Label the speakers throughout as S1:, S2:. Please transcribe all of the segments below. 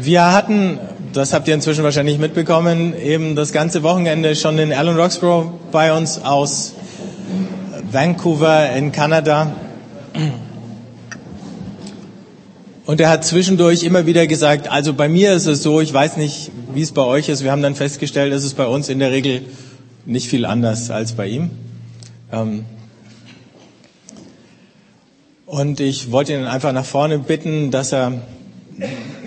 S1: Wir hatten, das habt ihr inzwischen wahrscheinlich mitbekommen, eben das ganze Wochenende schon den Alan Roxborough bei uns aus Vancouver in Kanada. Und er hat zwischendurch immer wieder gesagt, also bei mir ist es so, ich weiß nicht, wie es bei euch ist. Wir haben dann festgestellt, es ist bei uns in der Regel nicht viel anders als bei ihm. Ähm, Und ich wollte ihn einfach nach vorne bitten, dass er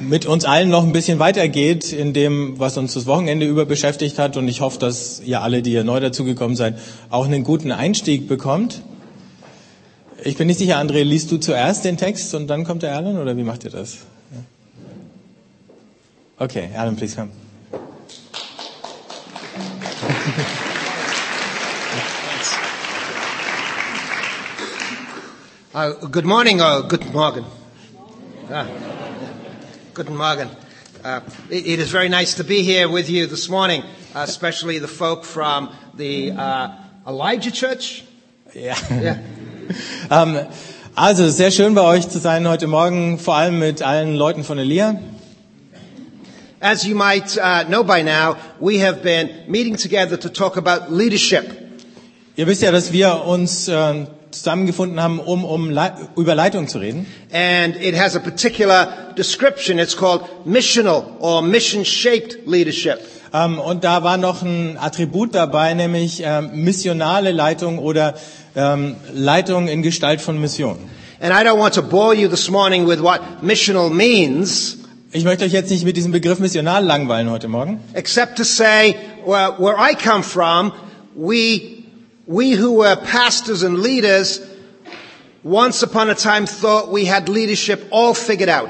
S1: mit uns allen noch ein bisschen weitergeht in dem, was uns das Wochenende über beschäftigt hat. Und ich hoffe, dass ihr alle, die ihr neu dazugekommen seid, auch einen guten Einstieg bekommt. Ich bin nicht sicher, André, liest du zuerst den Text und dann kommt der Erlen oder wie macht ihr das? Okay, Erlen, please come.
S2: Uh, good morning, uh, guten Morgen. Ah, guten Morgen. Uh, it, it is very nice to be here with you this morning, uh, especially the folk from the uh, Elijah Church.
S1: Ja.
S2: Yeah.
S1: Ähm, also, sehr schön bei euch zu sein heute Morgen, vor allem mit allen Leuten von Elia.
S2: As you might uh, know by now, we have been meeting together to talk about leadership.
S1: Ihr wisst ja, dass wir uns äh, zusammengefunden haben, um, um Lei- über Leitung zu reden.
S2: And it has a particular description. It's called missional or mission-shaped leadership.
S1: Ähm, und da war noch ein Attribut dabei, nämlich ähm, missionale Leitung oder ähm, Leitung in Gestalt von Mission.
S2: And I don't want to bore you this morning with what missional means,
S1: Ich möchte euch jetzt nicht mit diesem Begriff missional langweilen heute Morgen.
S2: except to say, well, where I come from, we, we who were pastors and leaders, once upon a time thought we had leadership all figured out.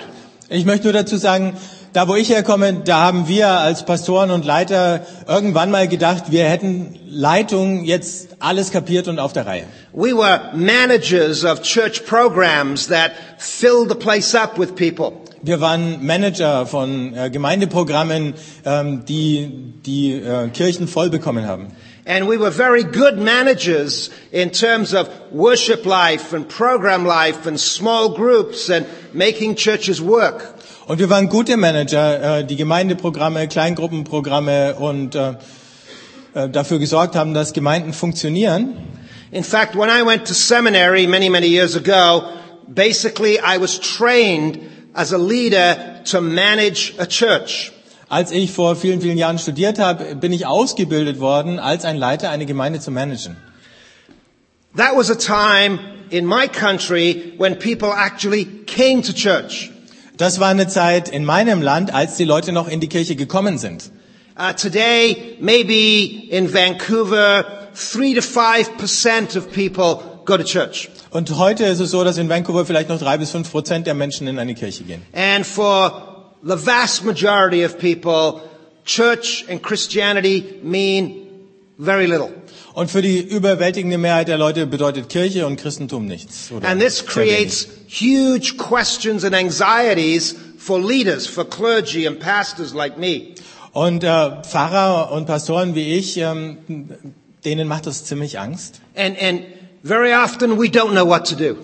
S1: Ich möchte nur dazu sagen, da wo ich herkomme, da haben wir als Pastoren und Leiter irgendwann mal gedacht, wir hätten Leitung jetzt alles kapiert und auf der Reihe.
S2: We were managers of church programs that filled the place up with people.
S1: Wir waren Manager von äh, Gemeindeprogrammen, ähm, die die äh, Kirchen voll bekommen haben.
S2: And we were very good managers in terms of worship life and program life and small groups and making churches work.
S1: Und wir waren gute Manager, äh, die Gemeindeprogramme, Kleingruppenprogramme und äh, äh, dafür gesorgt haben, dass Gemeinden funktionieren.
S2: In fact, when I went to seminary many, many years ago, basically I was trained as a leader to manage a church.
S1: Als ich vor vielen, vielen Jahren studiert habe, bin ich ausgebildet worden, als ein Leiter eine Gemeinde zu managen.
S2: That was a time in my country when people actually came to church.
S1: Das war eine Zeit in meinem Land, als die Leute noch in die Kirche gekommen sind.
S2: Uh, today, maybe in Vancouver, three to five percent of people go to church.
S1: Und heute ist es so, dass in Vancouver vielleicht noch drei bis fünf Prozent der Menschen in eine Kirche gehen.
S2: And for the vast majority of people, church and Christianity mean very little.
S1: Und für die überwältigende Mehrheit der Leute bedeutet Kirche und Christentum nichts. oder
S2: And this
S1: sehr
S2: creates huge questions and anxieties for leaders, for clergy and pastors like me.
S1: wenig. Und äh, Pfarrer und Pastoren wie ich, ähm, denen macht das ziemlich Angst.
S2: And, and very often we don't know what to do.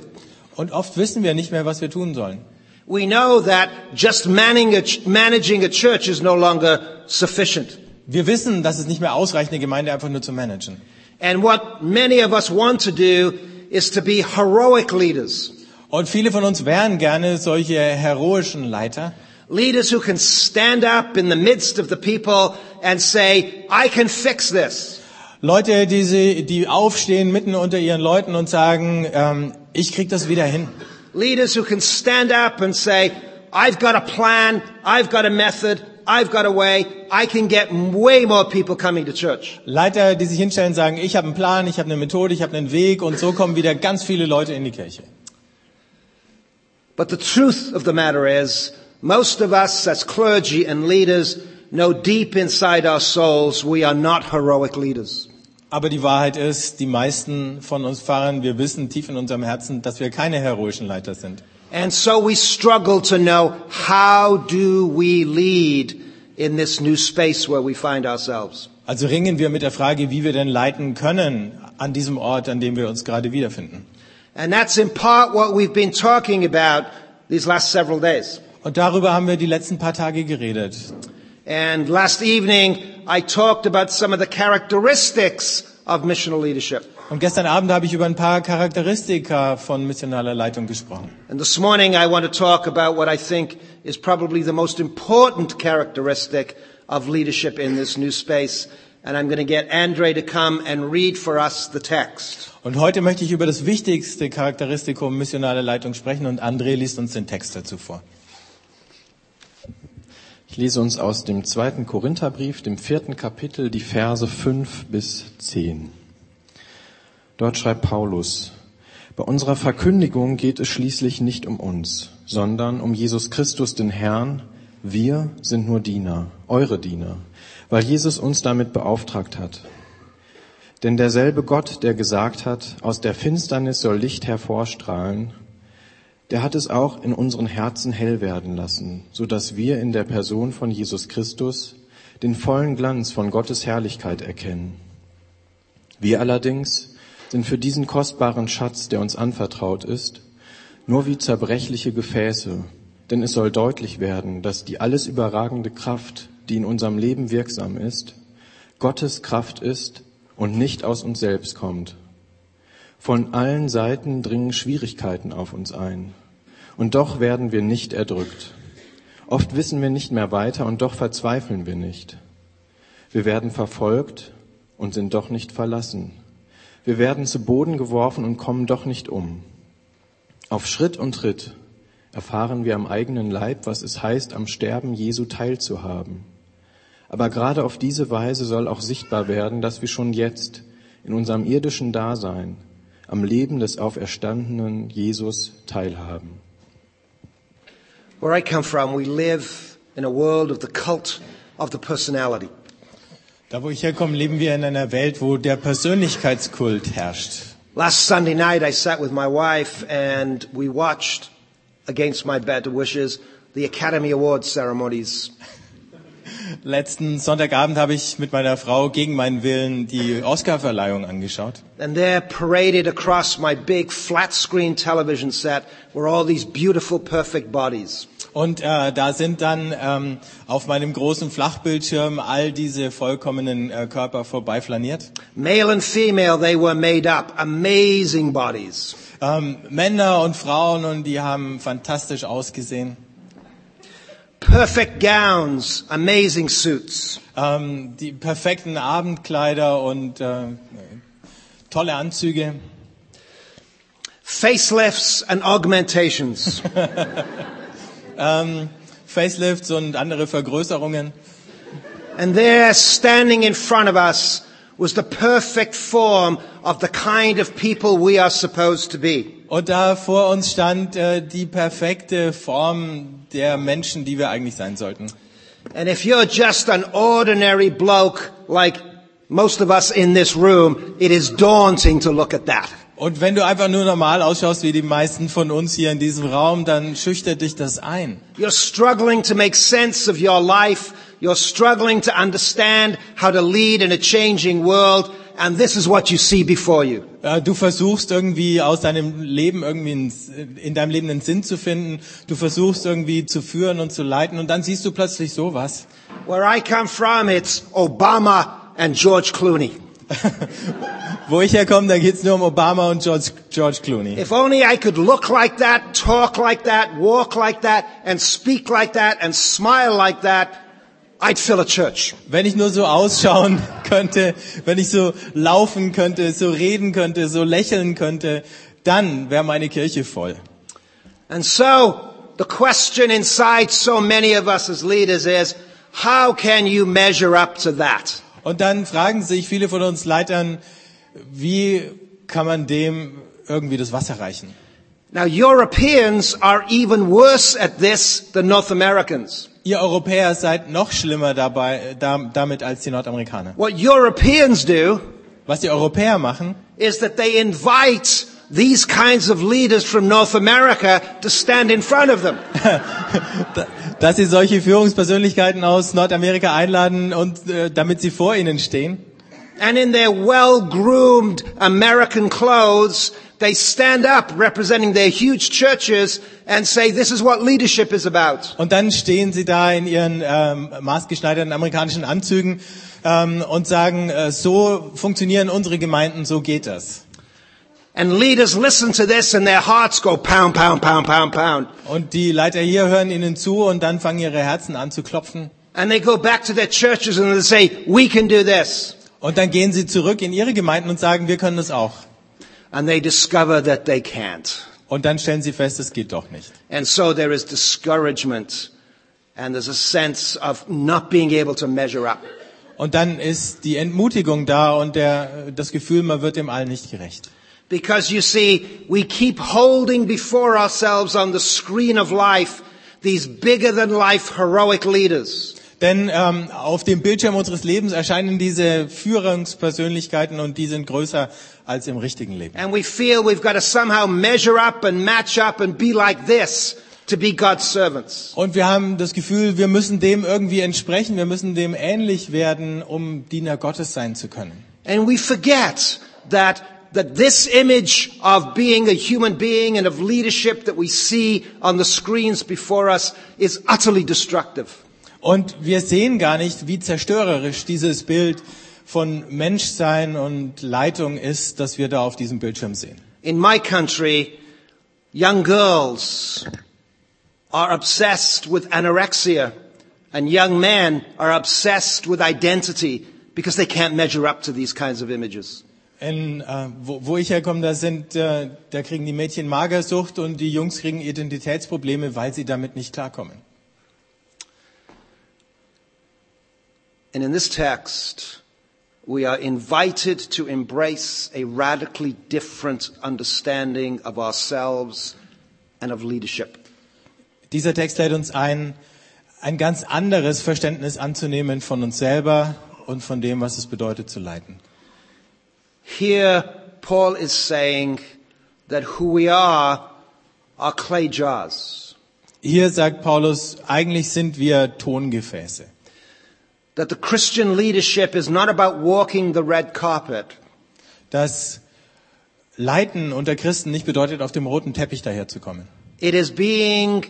S1: Und oft wissen wir nicht mehr, was wir tun sollen.
S2: We know that just manning a ch- managing a church is no longer sufficient.
S1: Wir wissen, dass es nicht mehr ausreicht, eine Gemeinde einfach nur zu managen.
S2: And what many of us want to do is to be heroic leaders.
S1: Und viele von uns wären gerne solche heroischen Leiter,
S2: Leaders who can stand up in the midst of the people and say, I can fix this.
S1: Leute, die, sie, die aufstehen mitten unter ihren Leuten und sagen, ähm, ich krieg das wieder hin.
S2: Leaders who can stand up and say, I've got a plan, I've got a method, I've got a way, I can get way more people coming to church.
S1: Leiter, die sich hinstellen und sagen, ich habe einen Plan, ich habe eine Methode, ich habe einen Weg und so kommen wieder ganz viele Leute in die Kirche.
S2: But the truth of the matter is, most of us as clergy and leaders know deep inside our souls we are not heroic leaders.
S1: Aber die Wahrheit ist, die meisten von uns Pfarrern, wir wissen tief in unserem Herzen, dass wir keine heroischen Leiter sind.
S2: And so we struggle to know how do we lead in this new space where we find ourselves.
S1: Also ringen wir mit der Frage, wie wir denn leiten können an diesem Ort, an dem wir uns gerade wiederfinden.
S2: And that's in part what we've been talking about these last several days.
S1: Und darüber haben wir die letzten paar Tage geredet.
S2: And last evening, I talked about some of the characteristics of missional leadership.
S1: Und gestern Abend habe ich über ein paar Charakteristika von missionaler Leitung gesprochen.
S2: And this morning, I want to talk about what I think is probably the most important characteristic of leadership in this new space. And I'm going to get Andre to come and read for us the text.
S1: Und heute möchte ich über das wichtigste Charakteristikum missionaler Leitung sprechen und André liest uns den Text dazu vor.
S3: Ich lese uns aus dem zweiten Korintherbrief, dem vierten Kapitel, die Verse 5 bis 10. Dort schreibt Paulus, bei unserer Verkündigung geht es schließlich nicht um uns, sondern um Jesus Christus, den Herrn. Wir sind nur Diener, eure Diener, weil Jesus uns damit beauftragt hat. Denn derselbe Gott, der gesagt hat, aus der Finsternis soll Licht hervorstrahlen, der hat es auch in unseren Herzen hell werden lassen, so dass wir in der Person von Jesus Christus den vollen Glanz von Gottes Herrlichkeit erkennen. Wir allerdings sind für diesen kostbaren Schatz, der uns anvertraut ist, nur wie zerbrechliche Gefäße, denn es soll deutlich werden, dass die alles überragende Kraft, die in unserem Leben wirksam ist, Gottes Kraft ist und nicht aus uns selbst kommt. Von allen Seiten dringen Schwierigkeiten auf uns ein. Und doch werden wir nicht erdrückt. Oft wissen wir nicht mehr weiter und doch verzweifeln wir nicht. Wir werden verfolgt und sind doch nicht verlassen. Wir werden zu Boden geworfen und kommen doch nicht um. Auf Schritt und Tritt erfahren wir am eigenen Leib, was es heißt, am Sterben Jesu teilzuhaben. Aber gerade auf diese Weise soll auch sichtbar werden, dass wir schon jetzt in unserem irdischen Dasein am Leben des auferstandenen Jesus teilhaben.
S2: Where I come from, we live in a world of the cult of the personality.
S1: Da wo ich herkomme, leben wir in einer Welt, wo der Persönlichkeitskult herrscht.
S2: Last Sunday night, I sat with my wife and we watched, against my better wishes, the Academy Awards ceremonies.
S1: Letzten Sonntagabend habe ich mit meiner Frau gegen meinen Willen die Oscarverleihung angeschaut.
S2: And there, paraded across my big flat screen television set, were all these beautiful, perfect bodies.
S1: Und äh, da sind dann ähm, auf meinem großen Flachbildschirm all diese vollkommenen äh, Körper vorbeiflaniert.
S2: Male and female, they were made up. Amazing bodies.
S1: Ähm, Männer und Frauen und die haben fantastisch ausgesehen.
S2: Perfect gowns, amazing suits.
S1: Ähm, die perfekten Abendkleider und äh, tolle Anzüge,
S2: Facelifts and augmentations.
S1: ähm, Facelifts und andere Vergrößerungen.
S2: and there, standing in front of us, was the perfect form of the kind of people we are supposed to be.
S1: Und da vor uns stand äh, die perfekte Form der Menschen, die wir eigentlich sein sollten.
S2: And if you're just an ordinary bloke like most of us in this room, it is daunting to look at that.
S1: Und wenn du einfach nur normal ausschaust wie die meisten von uns hier in diesem Raum, dann schüchtert dich das ein.
S2: You're struggling to make sense of your life. You're struggling to understand how to lead in a changing world. And this is what you see before you.
S1: Äh, Du versuchst irgendwie aus deinem Leben irgendwie einen S- in deinem Leben einen Sinn zu finden. Du versuchst irgendwie zu führen und zu leiten und dann siehst du plötzlich sowas.
S2: Where I come from, it's Obama and George Clooney.
S1: Wo ich herkomme, da geht's nur um Obama und George, George Clooney.
S2: If only I could look like that, talk like that, walk like that, and speak like that, and smile like that, I'd fill a church.
S1: Wenn ich nur so ausschauen könnte, wenn ich so laufen könnte, so reden könnte, so lächeln könnte, dann wäre meine Kirche voll.
S2: And so, the question inside so many of us as leaders is, how can you measure up to that?
S1: Und dann fragen sich viele von uns Leitern, wie kann man dem irgendwie das Wasser reichen?
S2: Now, Europeans are even worse at this than North Americans.
S1: Ihr Europäer seid noch schlimmer dabei, äh, da, damit als die Nordamerikaner.
S2: What Europeans do
S1: Was die Europäer machen,
S2: is that they invite these kinds of leaders from North America to stand in front of them.
S1: da- dass sie solche Führungspersönlichkeiten aus Nordamerika einladen und äh, damit sie vor ihnen stehen.
S2: And in their well-groomed American clothes, they stand up representing their huge churches and say, this is what leadership is about.
S1: Und dann stehen sie da in ihren ähm, maßgeschneiderten amerikanischen Anzügen ähm, und sagen, äh, so funktionieren unsere Gemeinden, so geht das.
S2: And leaders listen to this and their hearts go pound, pound, pound, pound, pound.
S1: Und die Leiter hier hören ihnen zu und dann fangen ihre Herzen an zu klopfen.
S2: And they go back to their churches and they say, we can do this.
S1: Und dann gehen sie zurück in ihre Gemeinden und sagen, wir können das auch.
S2: And they discover that they can't.
S1: Und dann stellen sie fest, es geht doch nicht.
S2: And so there is discouragement and there's a sense of not being able to measure up.
S1: Und dann ist die Entmutigung da und der, das Gefühl, man wird dem allen nicht gerecht.
S2: Because you see, we keep holding before ourselves on the screen of life these bigger than life heroic leaders.
S1: Denn ähm, auf dem Bildschirm unseres Lebens erscheinen diese Führungspersönlichkeiten und die sind größer als im richtigen Leben.
S2: And we feel we've got to somehow measure up and match up and be like this to be God's servants.
S1: Und wir haben das Gefühl, wir müssen dem irgendwie entsprechen, wir müssen dem ähnlich werden, um Diener Gottes sein zu können.
S2: And we forget that, that this image of being a human being and of leadership that we see on the screens before us is utterly destructive.
S1: Und wir sehen gar nicht, wie zerstörerisch dieses Bild von Menschsein und Leitung ist, das wir da auf diesem Bildschirm sehen.
S2: In my country, young girls are obsessed with anorexia and young men are obsessed with identity because they can't measure up to these kinds of images.
S1: In, äh, wo, wo ich herkomme, da, sind, äh, da kriegen die Mädchen Magersucht und die Jungs kriegen Identitätsprobleme, weil sie damit nicht klarkommen.
S2: And in this text, we are invited to embrace a radically different understanding of ourselves and of leadership.
S1: Dieser Text lädt uns ein, ein ganz anderes Verständnis anzunehmen von uns selber und von dem, was es bedeutet zu leiten.
S2: Here, Paul is saying that who we are are clay jars,
S1: Hier sagt Paulus, eigentlich sind wir Tongefäße.
S2: that the Christian leadership is not about walking the red carpet,
S1: Dass Leiten unter Christen nicht bedeutet, auf dem roten Teppich daherzukommen.
S2: It is being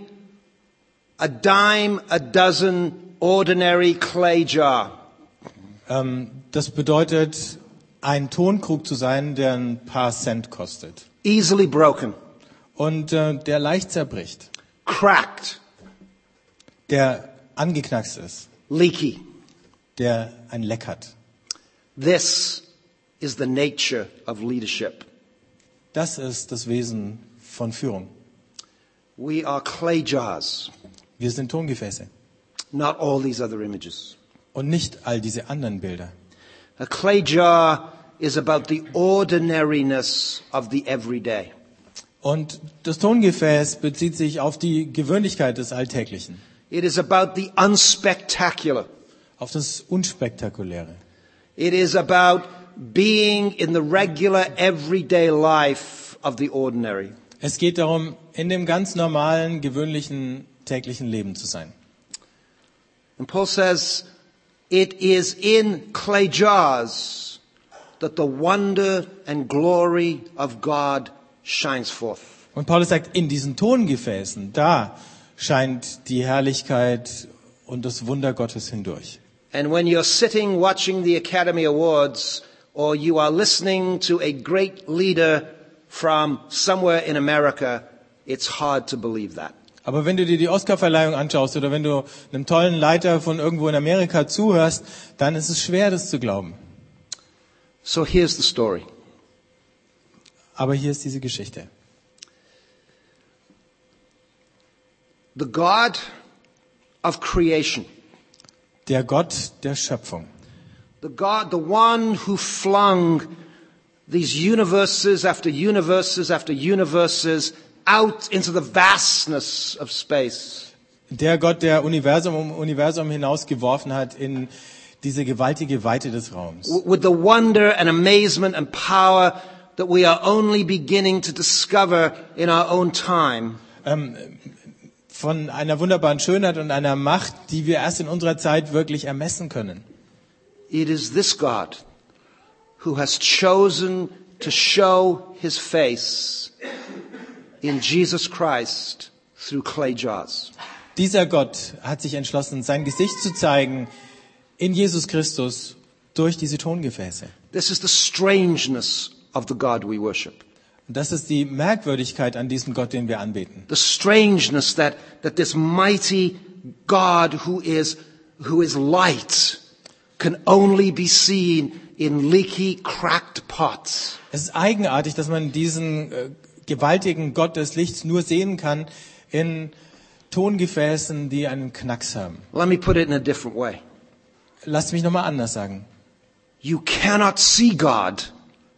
S2: a dime a dozen ordinary clay jar
S1: Das bedeutet, ein Tonkrug zu sein, der ein paar Cent kostet
S2: easily broken,
S1: und äh, der leicht zerbricht,
S2: cracked,
S1: der angeknackst ist,
S2: leaky.
S1: der ein Leck hat.
S2: This is the nature of leadership.
S1: Das ist das Wesen von Führung.
S2: We are clay jars,
S1: Wir sind Tongefäße
S2: not all these other images.
S1: und nicht all diese anderen Bilder.
S2: A clay jar is about the ordinariness of the everyday.
S1: Und das Tongefäß bezieht sich auf die Gewöhnlichkeit des Alltäglichen,
S2: It is about the unspectacular.
S1: auf das Unspektakuläre.
S2: It is about being in the regular everyday life of the ordinary.
S1: Es geht darum, in dem ganz normalen, gewöhnlichen, täglichen Leben zu sein.
S2: And Paul says, it is in clay jars that the wonder and glory of God shines forth.
S1: Und Paulus sagt, in diesen Tongefäßen, da scheint die Herrlichkeit und das Wunder Gottes hindurch.
S2: And when you're sitting watching the Academy Awards or you are listening to a great leader from somewhere in America, it's hard to believe that.
S1: Aber wenn du dir die Oscarverleihung anschaust oder wenn du einem tollen Leiter von irgendwo in Amerika zuhörst, dann ist es schwer, das zu glauben.
S2: So here's the story.
S1: Aber hier ist diese Geschichte.
S2: The God of creation,
S1: Der Gott der Schöpfung.
S2: the God, the one who flung these universes after universes after universes out into the vastness of space.
S1: Der Gott, der Universum um Universum hinausgeworfen hat in diese gewaltige Weite des Raums.
S2: w- with the wonder and amazement and power that we are only beginning to discover in our own time.
S1: Von einer wunderbaren Schönheit und einer Macht, die wir erst in unserer Zeit wirklich ermessen können.
S2: It is this God who has chosen to show his face in Jesus Christ through clay jars.
S1: Dieser Gott hat sich entschlossen, sein Gesicht zu zeigen in Jesus Christus durch diese Tongefäße.
S2: This is the strangeness of the God we worship.
S1: Und das ist die Merkwürdigkeit an diesem Gott, den wir anbeten.
S2: The strangeness that, that this mighty God who is, who is light can only be seen in leaky, cracked pots.
S1: Es ist eigenartig, dass man diesen äh, gewaltigen Gott des Lichts nur sehen kann in Tongefäßen, die einen Knacks haben.
S2: Let me put it in a different way.
S1: Lasst mich nochmal anders sagen.
S2: You cannot see God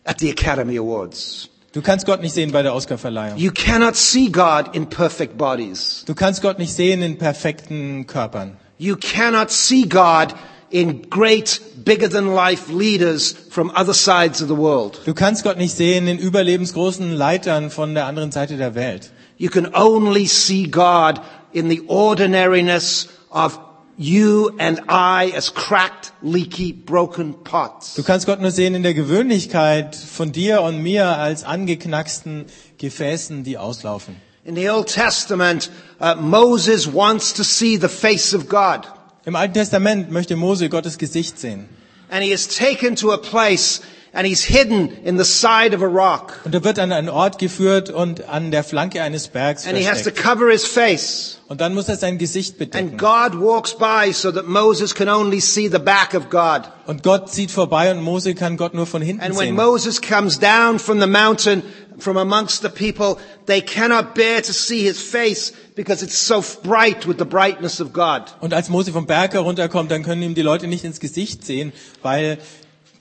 S2: at the Academy Awards.
S1: Du kannst Gott nicht sehen bei der Oscarverleihung.
S2: You cannot see God in perfect bodies.
S1: Du kannst Gott nicht sehen in perfekten Körpern.
S2: You cannot see God in great, bigger than life leaders from other sides of the world.
S1: Du kannst Gott nicht sehen in überlebensgroßen Leitern von der anderen Seite der Welt.
S2: You can only see God in the ordinariness of you and I as cracked, leaky, broken pots.
S1: Du kannst Gott nur sehen in der Gewöhnlichkeit von dir und mir als angeknacksten Gefäßen, die auslaufen.
S2: In the Old Testament, uh, Moses wants to see the face of God.
S1: Im Alten Testament möchte Mose Gottes Gesicht sehen.
S2: And he is taken to a place and he's hidden in the side of a rock.
S1: Und er wird an einen Ort geführt und an der Flanke eines Bergs
S2: And he has to
S1: versteckt.
S2: cover his face.
S1: Und dann muss er sein Gesicht
S2: And
S1: bedecken.
S2: God walks by so that Moses can only see the back of God.
S1: Und Gott zieht vorbei und Mose kann Gott nur von hinten
S2: And
S1: sehen.
S2: when Moses comes down from the mountain, from amongst the people, they cannot bear to see his face because it's so bright with the brightness of God.
S1: Und als Mose vom Berg herunterkommt, dann können ihm die Leute nicht ins Gesicht sehen, weil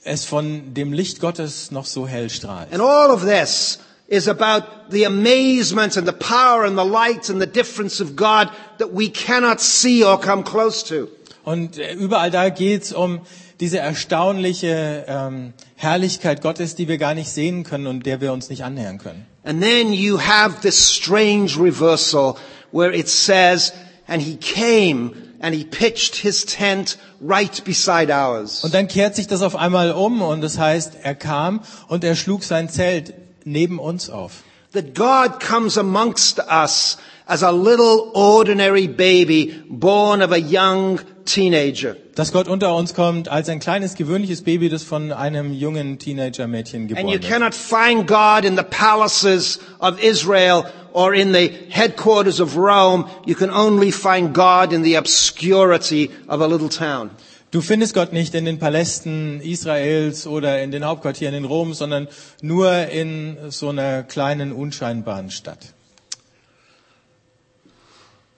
S1: es von dem Licht Gottes noch so hell strahlt.
S2: And all of this is about the amazement and the power and the light and the difference of God that we cannot see or come close to.
S1: Und äh, überall da geht's um diese erstaunliche ähm, Herrlichkeit Gottes, die wir gar nicht sehen können und der wir uns nicht annähern können.
S2: And then you have this strange reversal where it says, and he came and he pitched his tent right beside ours.
S1: Und dann kehrt sich das auf einmal um und das heißt, er kam und er schlug sein Zelt neben uns auf.
S2: That God comes amongst us as a little ordinary baby born of a young teenager.
S1: Dass Gott unter uns kommt als ein kleines gewöhnliches Baby, das von einem jungen Teenager-Mädchen
S2: And
S1: geboren
S2: you
S1: wird.
S2: cannot find God in the palaces of Israel or in the headquarters of Rome. You can only find God in the obscurity of a little town.
S1: Du findest Gott nicht in den Palästen Israels oder in den Hauptquartieren in Rom, sondern nur in so einer kleinen, unscheinbaren Stadt.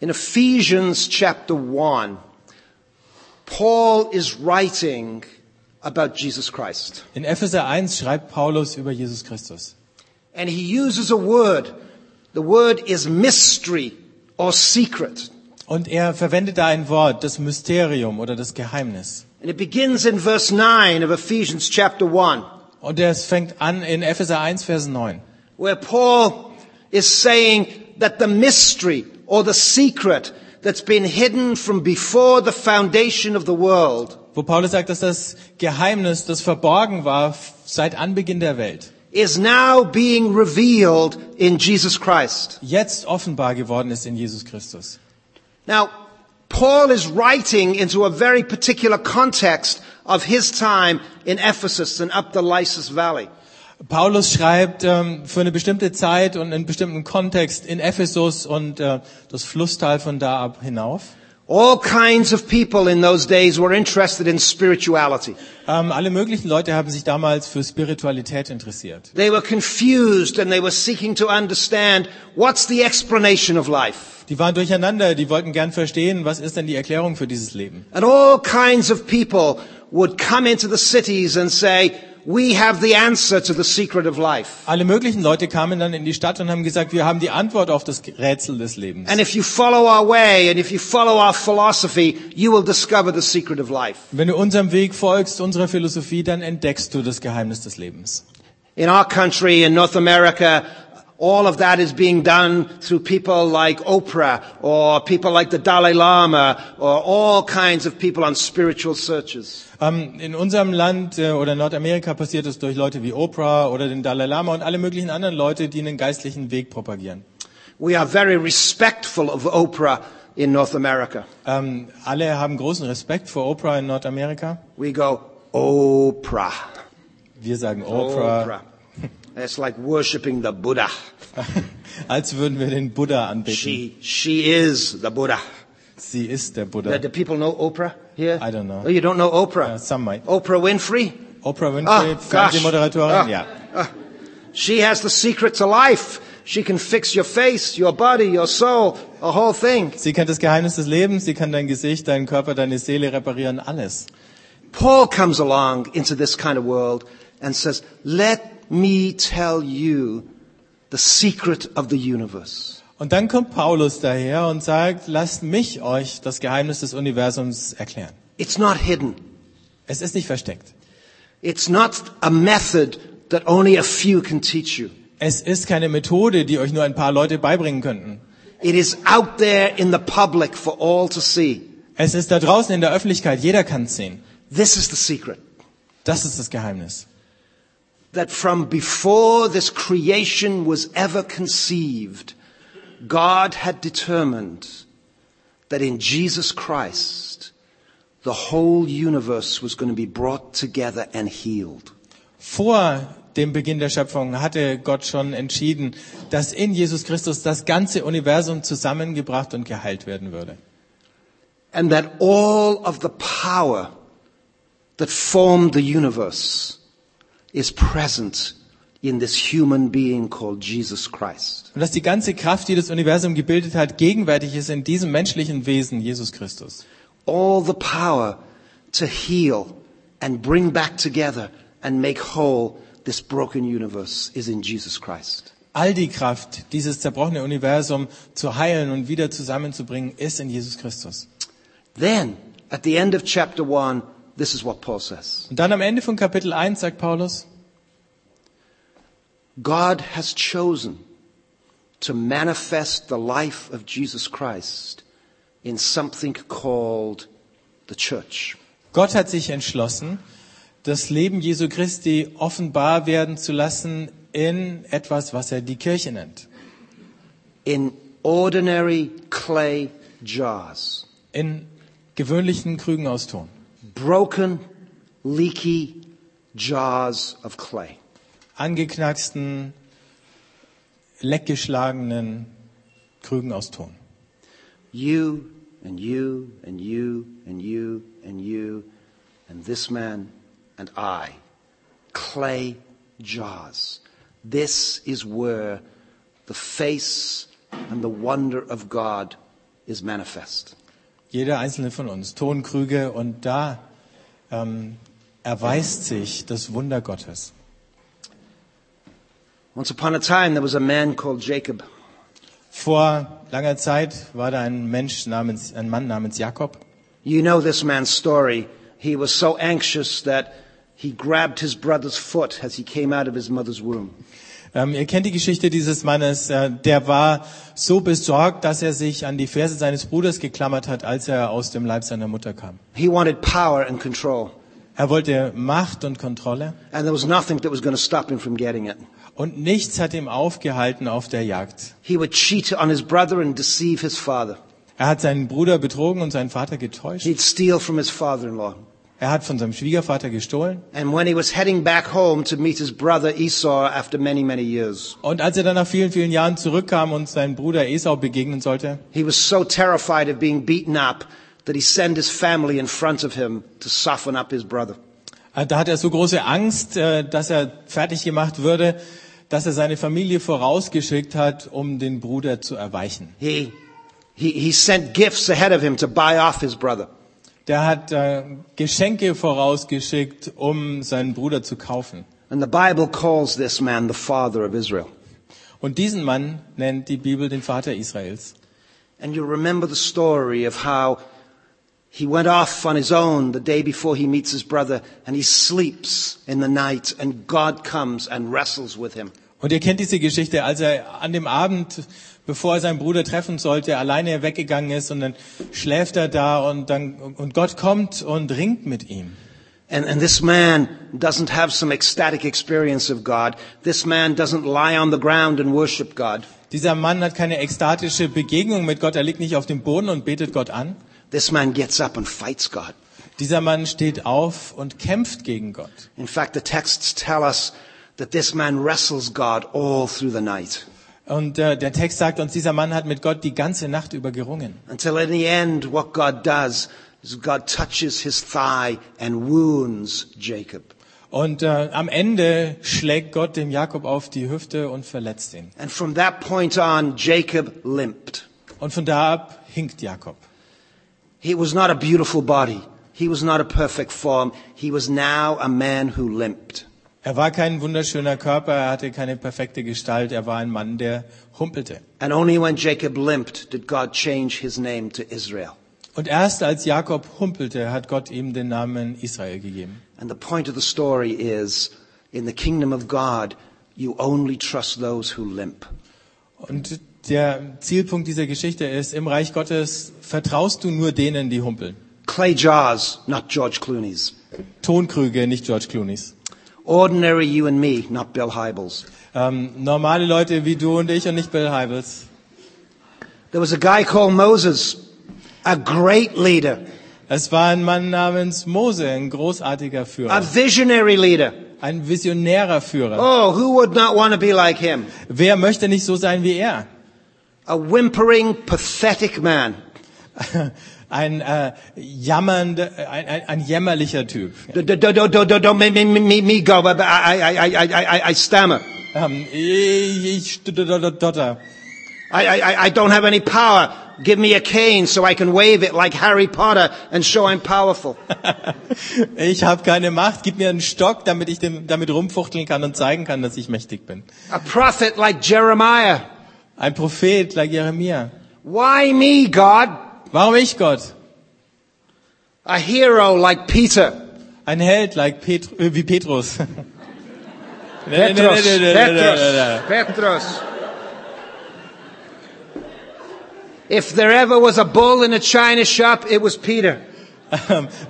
S2: In Ephesians chapter 1, Paul is writing about Jesus Christ.
S1: In Epheser 1 schreibt Paulus über Jesus Christus.
S2: And he uses a word. The word is mystery or secret.
S1: Und er verwendet da ein Wort, das Mysterium oder das Geheimnis.
S2: And it begins in verse 9 of Ephesians chapter 1,
S1: Und es fängt an in Epheser 1, Vers 9.
S2: where Paul is saying that the mystery or the secret that's been hidden from before the foundation of the world
S1: wo Paulus sagt, dass das Geheimnis, das verborgen war f- seit Anbeginn der Welt,
S2: is now being revealed in Jesus Christ.
S1: jetzt offenbar geworden ist in Jesus Christus.
S2: Now, Paul is writing into a very particular context of his time in Ephesus and up the Lysis Valley.
S1: Paulus schreibt ähm, für eine bestimmte Zeit und in einem bestimmten Kontext in Ephesus und äh, das Flusstal von da ab hinauf.
S2: All kinds of people in those days were interested in spirituality.
S1: Ähm, alle möglichen Leute haben sich damals für Spiritualität interessiert.
S2: They were confused and they were seeking to understand what's the explanation of life.
S1: Die waren durcheinander, die wollten gern verstehen, was ist denn die Erklärung für dieses Leben.
S2: And all kinds of people would come into the cities and say, we have the answer to the secret of life.
S1: Alle möglichen Leute kamen dann in die Stadt und haben gesagt, wir haben die Antwort auf das Rätsel des Lebens.
S2: And if you follow our way and if you follow our philosophy, you will discover the secret of life.
S1: Wenn du unserem Weg folgst, unserer Philosophie, dann entdeckst du das Geheimnis des Lebens.
S2: In our country, in North America, all of that is being done through people like Oprah or people like the Dalai Lama or all kinds of people on spiritual searches.
S1: Ähm, in unserem Land äh, oder in Nordamerika passiert es durch Leute wie Oprah oder den Dalai Lama und alle möglichen anderen Leute, die einen geistlichen Weg propagieren.
S2: We are very respectful of Oprah in North America.
S1: Ähm, alle haben großen Respekt vor Oprah in Nordamerika.
S2: We go, Oprah.
S1: Wir sagen Oprah,
S2: Oprah. It's like worshiping the Buddha.
S1: als würden wir den Buddha anbeten.
S2: She, she is the Buddha.
S1: Sie ist der
S2: Uh,
S1: Buddha.
S2: Do people know Oprah here?
S1: I don't know.
S2: Oh, you don't know Oprah?
S1: Uh, some might.
S2: Oprah Winfrey?
S1: Oprah Winfrey,
S2: Ah, gosh.
S1: Fernsehmoderatorin,
S2: Ah.
S1: ja.
S2: She has the secret to life. She can fix your face, your body, your soul, the whole thing.
S1: Sie kennt das Geheimnis des Lebens, sie kann dein Gesicht, deinen Körper, deine Seele reparieren, alles.
S2: Paul comes along into this kind of world and says, let me tell you the secret of the universe.
S1: Und dann kommt Paulus daher und sagt, lasst mich euch das Geheimnis des Universums erklären.
S2: It's not hidden.
S1: Es ist nicht versteckt.
S2: It's not a method that only a few can teach you.
S1: Es ist keine Methode, die euch nur ein paar Leute beibringen könnten.
S2: It is out there in the public for all to see.
S1: Es ist da draußen in der Öffentlichkeit, jeder kann es sehen.
S2: This is the secret.
S1: Das ist das Geheimnis.
S2: that from before this creation was ever conceived, God had determined that in Jesus Christ, the whole universe was going to be brought together and healed.
S1: Vor dem Beginn der Schöpfung hatte Gott schon entschieden, dass in Jesus Christus das ganze Universum zusammengebracht und geheilt werden würde.
S2: And that all of the power that formed the universe is present in this human being called Jesus Christ.
S1: Und dass die ganze Kraft, die das Universum gebildet hat, gegenwärtig ist in diesem menschlichen Wesen, Jesus Christus.
S2: all the power to heal and bring back together and make whole this broken universe is in Jesus Christ.
S1: All die Kraft, dieses zerbrochene Universum zu heilen und wieder zusammenzubringen, ist in Jesus Christus.
S2: Then, at the end of chapter 1, this is what Paul says.
S1: Und dann am Ende von Kapitel 1 sagt Paulus,
S2: God has chosen to manifest the life of Jesus Christ in something called the church.
S1: Gott hat sich entschlossen, das Leben Jesu Christi offenbar werden zu lassen in etwas, was er die Kirche nennt.
S2: In ordinary clay jars,
S1: In gewöhnlichen Krügen aus Ton.
S2: broken, leaky jars of clay.
S1: Angeknacksten, leckgeschlagenen Krügen aus Ton.
S2: You and you and you and you and you and this man and I. Clay jars. This is where the face and the wonder of God is manifest.
S1: Jeder einzelne von uns, Tonkrüge, und da ähm, erweist sich das Wunder Gottes.
S2: Once upon a time, there was a man called Jacob.
S1: Vor langer Zeit war da ein Mensch namens, ein Mann namens Jakob.
S2: You know this man's story. He was so anxious that he grabbed his brother's foot as he came out of his mother's womb.
S1: Ähm, ihr kennt die Geschichte dieses Mannes, äh, der war so besorgt, dass er sich an die Ferse seines Bruders geklammert hat, als er aus dem Leib seiner Mutter kam.
S2: He wanted power and control,
S1: Er wollte Macht und Kontrolle
S2: and there was nothing that was going to stop him from getting it.
S1: und nichts hat ihm aufgehalten auf der Jagd.
S2: He would cheat on his brother and deceive his father.
S1: Er hat seinen Bruder betrogen und seinen Vater getäuscht.
S2: He'd steal from his father-in-law.
S1: Er hat von seinem Schwiegervater gestohlen.
S2: And when he was heading back home to meet his brother Esau after many, many years,
S1: Und als er dann nach vielen, vielen Jahren zurückkam und seinen Bruder Esau begegnen sollte,
S2: he was so terrified of being beaten up that he sent his family in front of him to soften up his brother.
S1: äh, da hat er so große Angst, äh, dass er fertig gemacht würde, dass er seine Familie vorausgeschickt hat, um den Bruder zu erweichen.
S2: He, he, he sent gifts ahead of him to buy off his brother.
S1: Der hat äh, Geschenke vorausgeschickt, um seinen Bruder zu kaufen.
S2: And the Bible calls this man the father of Israel.
S1: Und diesen Mann nennt die Bibel den Vater Israels.
S2: And you remember the story of how he went off on his own the day before he meets his brother and he sleeps in the night and God comes and wrestles with him.
S1: Und Und ihr kennt diese Geschichte, als er an dem Abend, bevor er seinen Bruder treffen sollte, alleine weggegangen ist und dann schläft er da und dann, und Gott kommt und ringt mit ihm.
S2: And, and this man doesn't have some ecstatic experience of God. This man doesn't lie on the ground and worship God.
S1: Dieser Mann hat keine ekstatische Begegnung mit Gott, er liegt nicht auf dem Boden und betet Gott an.
S2: This man gets up and fights God.
S1: Dieser Mann steht auf und kämpft gegen Gott.
S2: In fact, the texts tell us that this man wrestles God all through the night
S1: Und äh, der Text sagt uns, dieser Mann hat mit Gott die ganze Nacht über gerungen.
S2: until in the end, what God does is God touches his thigh and wounds Jacob.
S1: Und äh, am Ende schlägt Gott dem Jakob auf die Hüfte und verletzt ihn.
S2: And from that point on, Jacob limped.
S1: Und von da ab hinkt Jakob.
S2: He was not a beautiful body. He was not a perfect form. He was now a man who limped.
S1: Er war kein wunderschöner Körper, er hatte keine perfekte Gestalt, er war ein Mann, der humpelte.
S2: And only when Jacob limped did God change his name to Israel.
S1: Und erst als Jakob humpelte, hat Gott ihm den Namen Israel gegeben.
S2: And the point of the story is, in the kingdom of God, you only trust those who limp.
S1: Und der Zielpunkt dieser Geschichte ist, im Reich Gottes vertraust du nur denen, die humpeln.
S2: Clay jars, not George Clooney's.
S1: Tonkrüge, nicht George Clooney's.
S2: Ordinary you and me, not Bill Hybels.
S1: Ähm, normale Leute wie du und ich und nicht Bill Hybels.
S2: There was a guy called Moses, a great leader,
S1: Es war ein Mann namens Mose, ein großartiger
S2: a
S1: Führer,
S2: visionary leader.
S1: ein visionärer Führer.
S2: Oh, who would not want to be like him?
S1: Wer möchte nicht so sein wie er?
S2: A whimpering, pathetic man.
S1: Ein äh, jammernder, ein, ein, ein jämmerlicher Typ.
S2: Don't, don't, don't, don't, don't make me, me, me, me go, but I, I, I, I, I, I stammer.
S1: Ähm, ich, ich, dotter.
S2: I, I, I- I don't have any power. Give me a cane so I can wave it like Harry Potter and show I'm powerful.
S1: ich habe keine Macht. Gib mir einen Stock, damit ich dem, damit rumfuchteln kann und zeigen kann, dass ich mächtig bin.
S2: a prophet like Jeremiah.
S1: Ein Prophet, like Jeremia.
S2: Why me, God?
S1: Warum ich Gott?
S2: A hero like Peter.
S1: Ein Held, like Petru, äh, wie Petrus. Nee, nee, nee, nee,
S2: Petros.
S1: nee, nee, nee, nee,
S2: Petros.
S1: nee.
S2: Petros. If there ever was a bull in a china shop, it was Peter.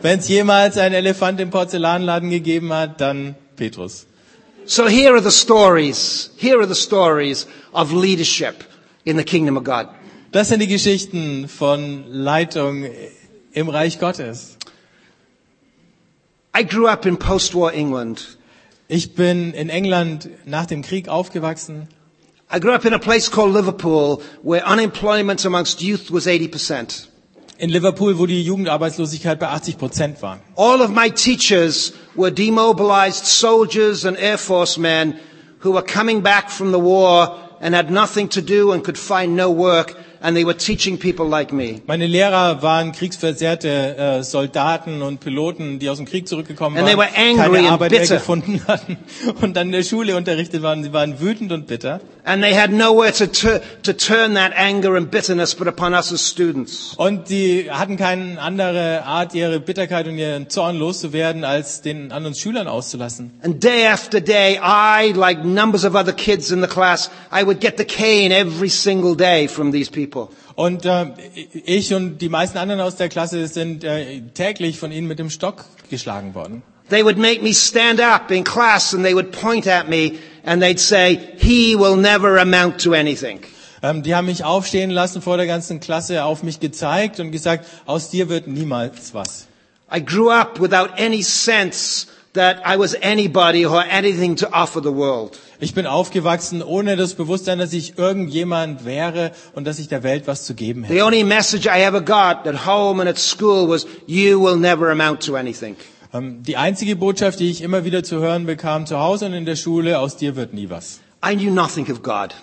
S1: Wenn es Ähm, jemals einen Elefant im Porzellanladen gegeben hat, dann Petrus.
S2: So here are the stories. Here are the stories of leadership in the kingdom of God.
S1: Das sind die Geschichten von Leitung im Reich Gottes.
S2: I grew up in post-war England.
S1: Ich bin in England nach dem Krieg aufgewachsen.
S2: I grew up in a place called Liverpool where unemployment amongst youth was 80%.
S1: In Liverpool, wo die Jugendarbeitslosigkeit bei 80 Prozent war.
S2: All of my teachers were demobilized soldiers and Air Force men who were coming back from the war and had nothing to do and could find no work and they were teaching people like me.
S1: Meine Lehrer waren kriegsversehrte äh, Soldaten und Piloten, die aus dem Krieg zurückgekommen
S2: And they
S1: waren,
S2: were angry
S1: keine
S2: and
S1: Arbeit mehr
S2: bitter.
S1: gefunden hatten und dann in der Schule unterrichtet waren. Sie waren wütend und bitter
S2: And they had nowhere to, tur- to turn that anger and bitterness but upon us as students.
S1: und die hatten keine andere Art, ihre Bitterkeit und ihren Zorn loszuwerden, als den an uns Schülern auszulassen.
S2: And day after day, I, like numbers of other kids in the class, I would get the cane every single day from these people.
S1: Und äh, ich und die meisten anderen aus der Klasse sind äh, täglich von ihnen mit dem Stock geschlagen worden.
S2: They would make me stand up in class and they would point at me and they'd say, he will never amount to anything.
S1: Ähm, die haben mich aufstehen lassen vor der ganzen Klasse, auf mich gezeigt und gesagt, aus dir wird niemals was.
S2: I grew up without any sense that I was anybody or anything to offer the world.
S1: Ich bin aufgewachsen ohne das Bewusstsein, dass ich irgendjemand wäre und dass ich der Welt was zu geben hätte.
S2: The only message I ever got at home and at school was, you will never amount to anything.
S1: Ähm, die einzige Botschaft, die ich immer wieder zu hören bekam, zu Hause und in der Schule, aus dir wird nie was.
S2: I knew nothing of God.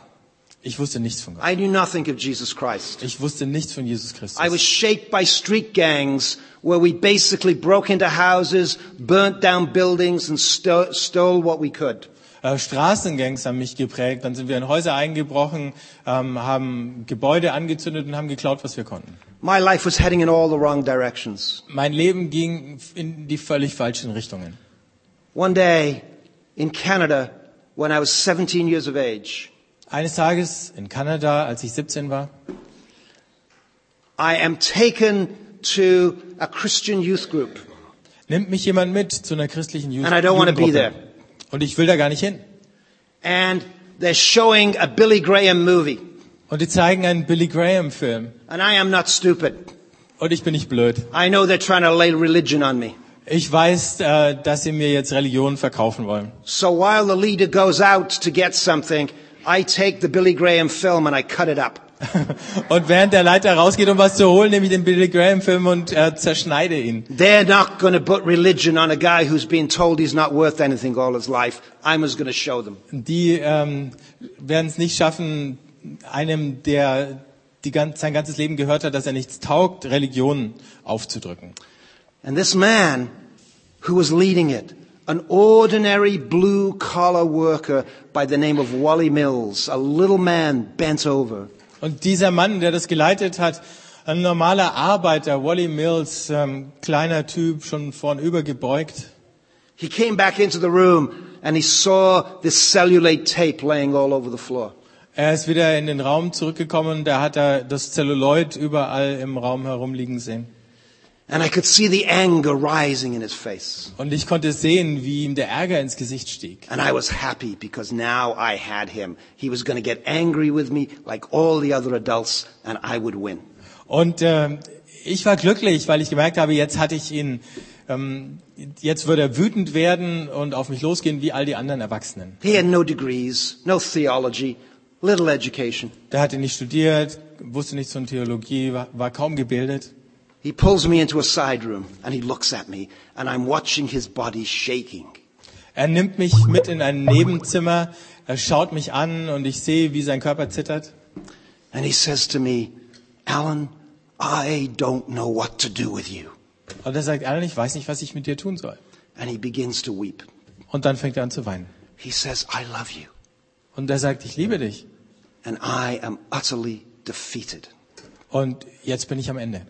S1: Ich wusste nichts von Gott.
S2: I knew nothing of Jesus Christ.
S1: Ich wusste nichts von Jesus
S2: I was
S1: Christus.
S2: shaped by street gangs where we basically broke into houses, burnt down buildings and sto- stole what we could.
S1: Äh, Straßengangs haben mich geprägt. Dann sind wir in Häuser eingebrochen, ähm, haben Gebäude angezündet und haben geklaut, was wir konnten.
S2: My life was heading in all the wrong directions.
S1: Mein Leben ging in die völlig falschen Richtungen.
S2: One day, in Canada, when I was 17 years of age.
S1: Eines Tages in Kanada, als ich 17 war,
S2: I am taken to a Christian youth group.
S1: nimmt mich jemand mit zu einer christlichen Jugend
S2: And I don't wanna be
S1: Jugendgruppe.
S2: there.
S1: Und ich will da gar nicht hin.
S2: And they're showing a Billy Graham movie.
S1: Und die zeigen einen Billy Graham Film.
S2: And I am not stupid.
S1: Und ich bin nicht blöd.
S2: I know they're trying to lay religion on me.
S1: Ich weiß, äh, dass sie mir jetzt Religion verkaufen wollen.
S2: So while the leader goes out to get something, I take the Billy Graham film and I cut it up.
S1: Und während der Leiter rausgeht, um was zu holen, nehme ich den Billy Graham Film und äh, zerschneide ihn.
S2: They're not going to put religion on a guy who's been told he's not worth anything all his life. I was going to show them.
S1: Die ähm, werden es nicht schaffen, einem, der die gan sein ganzes Leben gehört hat, dass er nichts taugt, Religionen aufzudrücken.
S2: And this man who was leading it, an ordinary blue collar worker by the name of Wally Mills, a little man bent over.
S1: Und dieser Mann, der das geleitet hat, ein normaler Arbeiter, Wally Mills, ähm, kleiner Typ, schon vornüber gebeugt.
S2: He came back into the room and he saw this cellulate tape laying all over the floor.
S1: Er ist wieder in den Raum zurückgekommen, da hat er das Zelluloid überall im Raum herumliegen sehen.
S2: And I could see the anger rising in his face.
S1: Und ich konnte sehen, wie ihm der Ärger ins Gesicht stieg.
S2: And I was happy because now I had him. He was going to get angry with me like all the other adults and I would win.
S1: Und äh, ich war glücklich, weil ich gemerkt habe, jetzt hatte ich ihn, ähm, jetzt würde er wütend werden und auf mich losgehen wie all die anderen Erwachsenen.
S2: He had no degrees, no theology, little education.
S1: Der hatte nicht studiert, wusste nichts von Theologie, war, war kaum gebildet.
S2: He pulls me into a side room and he looks at me and I'm watching his body shaking.
S1: Er nimmt mich mit in ein Nebenzimmer, er schaut mich an und ich sehe, wie sein Körper zittert.
S2: And he says to me, Alan, I don't know what to do with you.
S1: Und er sagt, Alan, ich weiß nicht, was ich mit dir tun soll.
S2: And he begins to weep.
S1: Und dann fängt er an zu weinen.
S2: He says, I love you
S1: Und er sagt, ich liebe dich.
S2: and I am utterly defeated.
S1: Und jetzt bin ich am Ende.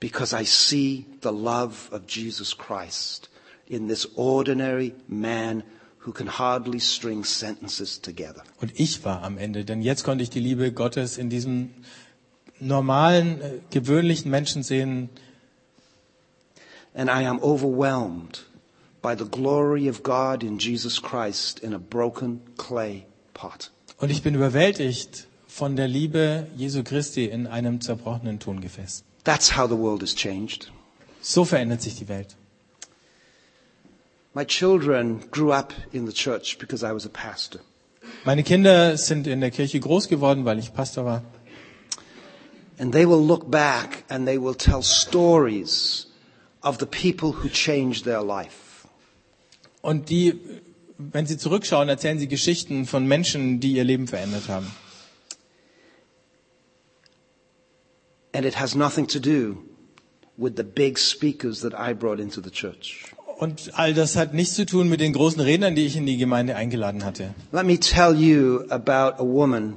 S2: because I see the love of Jesus Christ in this ordinary man who can hardly string sentences together.
S1: Und ich war am Ende, denn jetzt konnte ich die Liebe Gottes in diesem normalen, äh, gewöhnlichen Menschen sehen.
S2: And I am overwhelmed by the glory of God in Jesus Christ in a broken clay pot.
S1: Und ich bin überwältigt von der Liebe Jesu Christi in einem zerbrochenen Tongefäß.
S2: That's how the world has changed.
S1: So verändert sich die Welt.
S2: My children grew up in the church because I was a pastor.
S1: Meine Kinder sind in der Kirche groß geworden, weil ich Pastor war.
S2: And they will look back and they will tell stories of the people who changed their life.
S1: Und die, wenn sie zurückschauen, erzählen sie Geschichten von Menschen, die ihr Leben verändert haben.
S2: And it has nothing to do with the big speakers that I brought into the church.
S1: Und all das hat nichts zu tun mit den großen Rednern, die ich in die Gemeinde eingeladen hatte.
S2: Let me tell you about a woman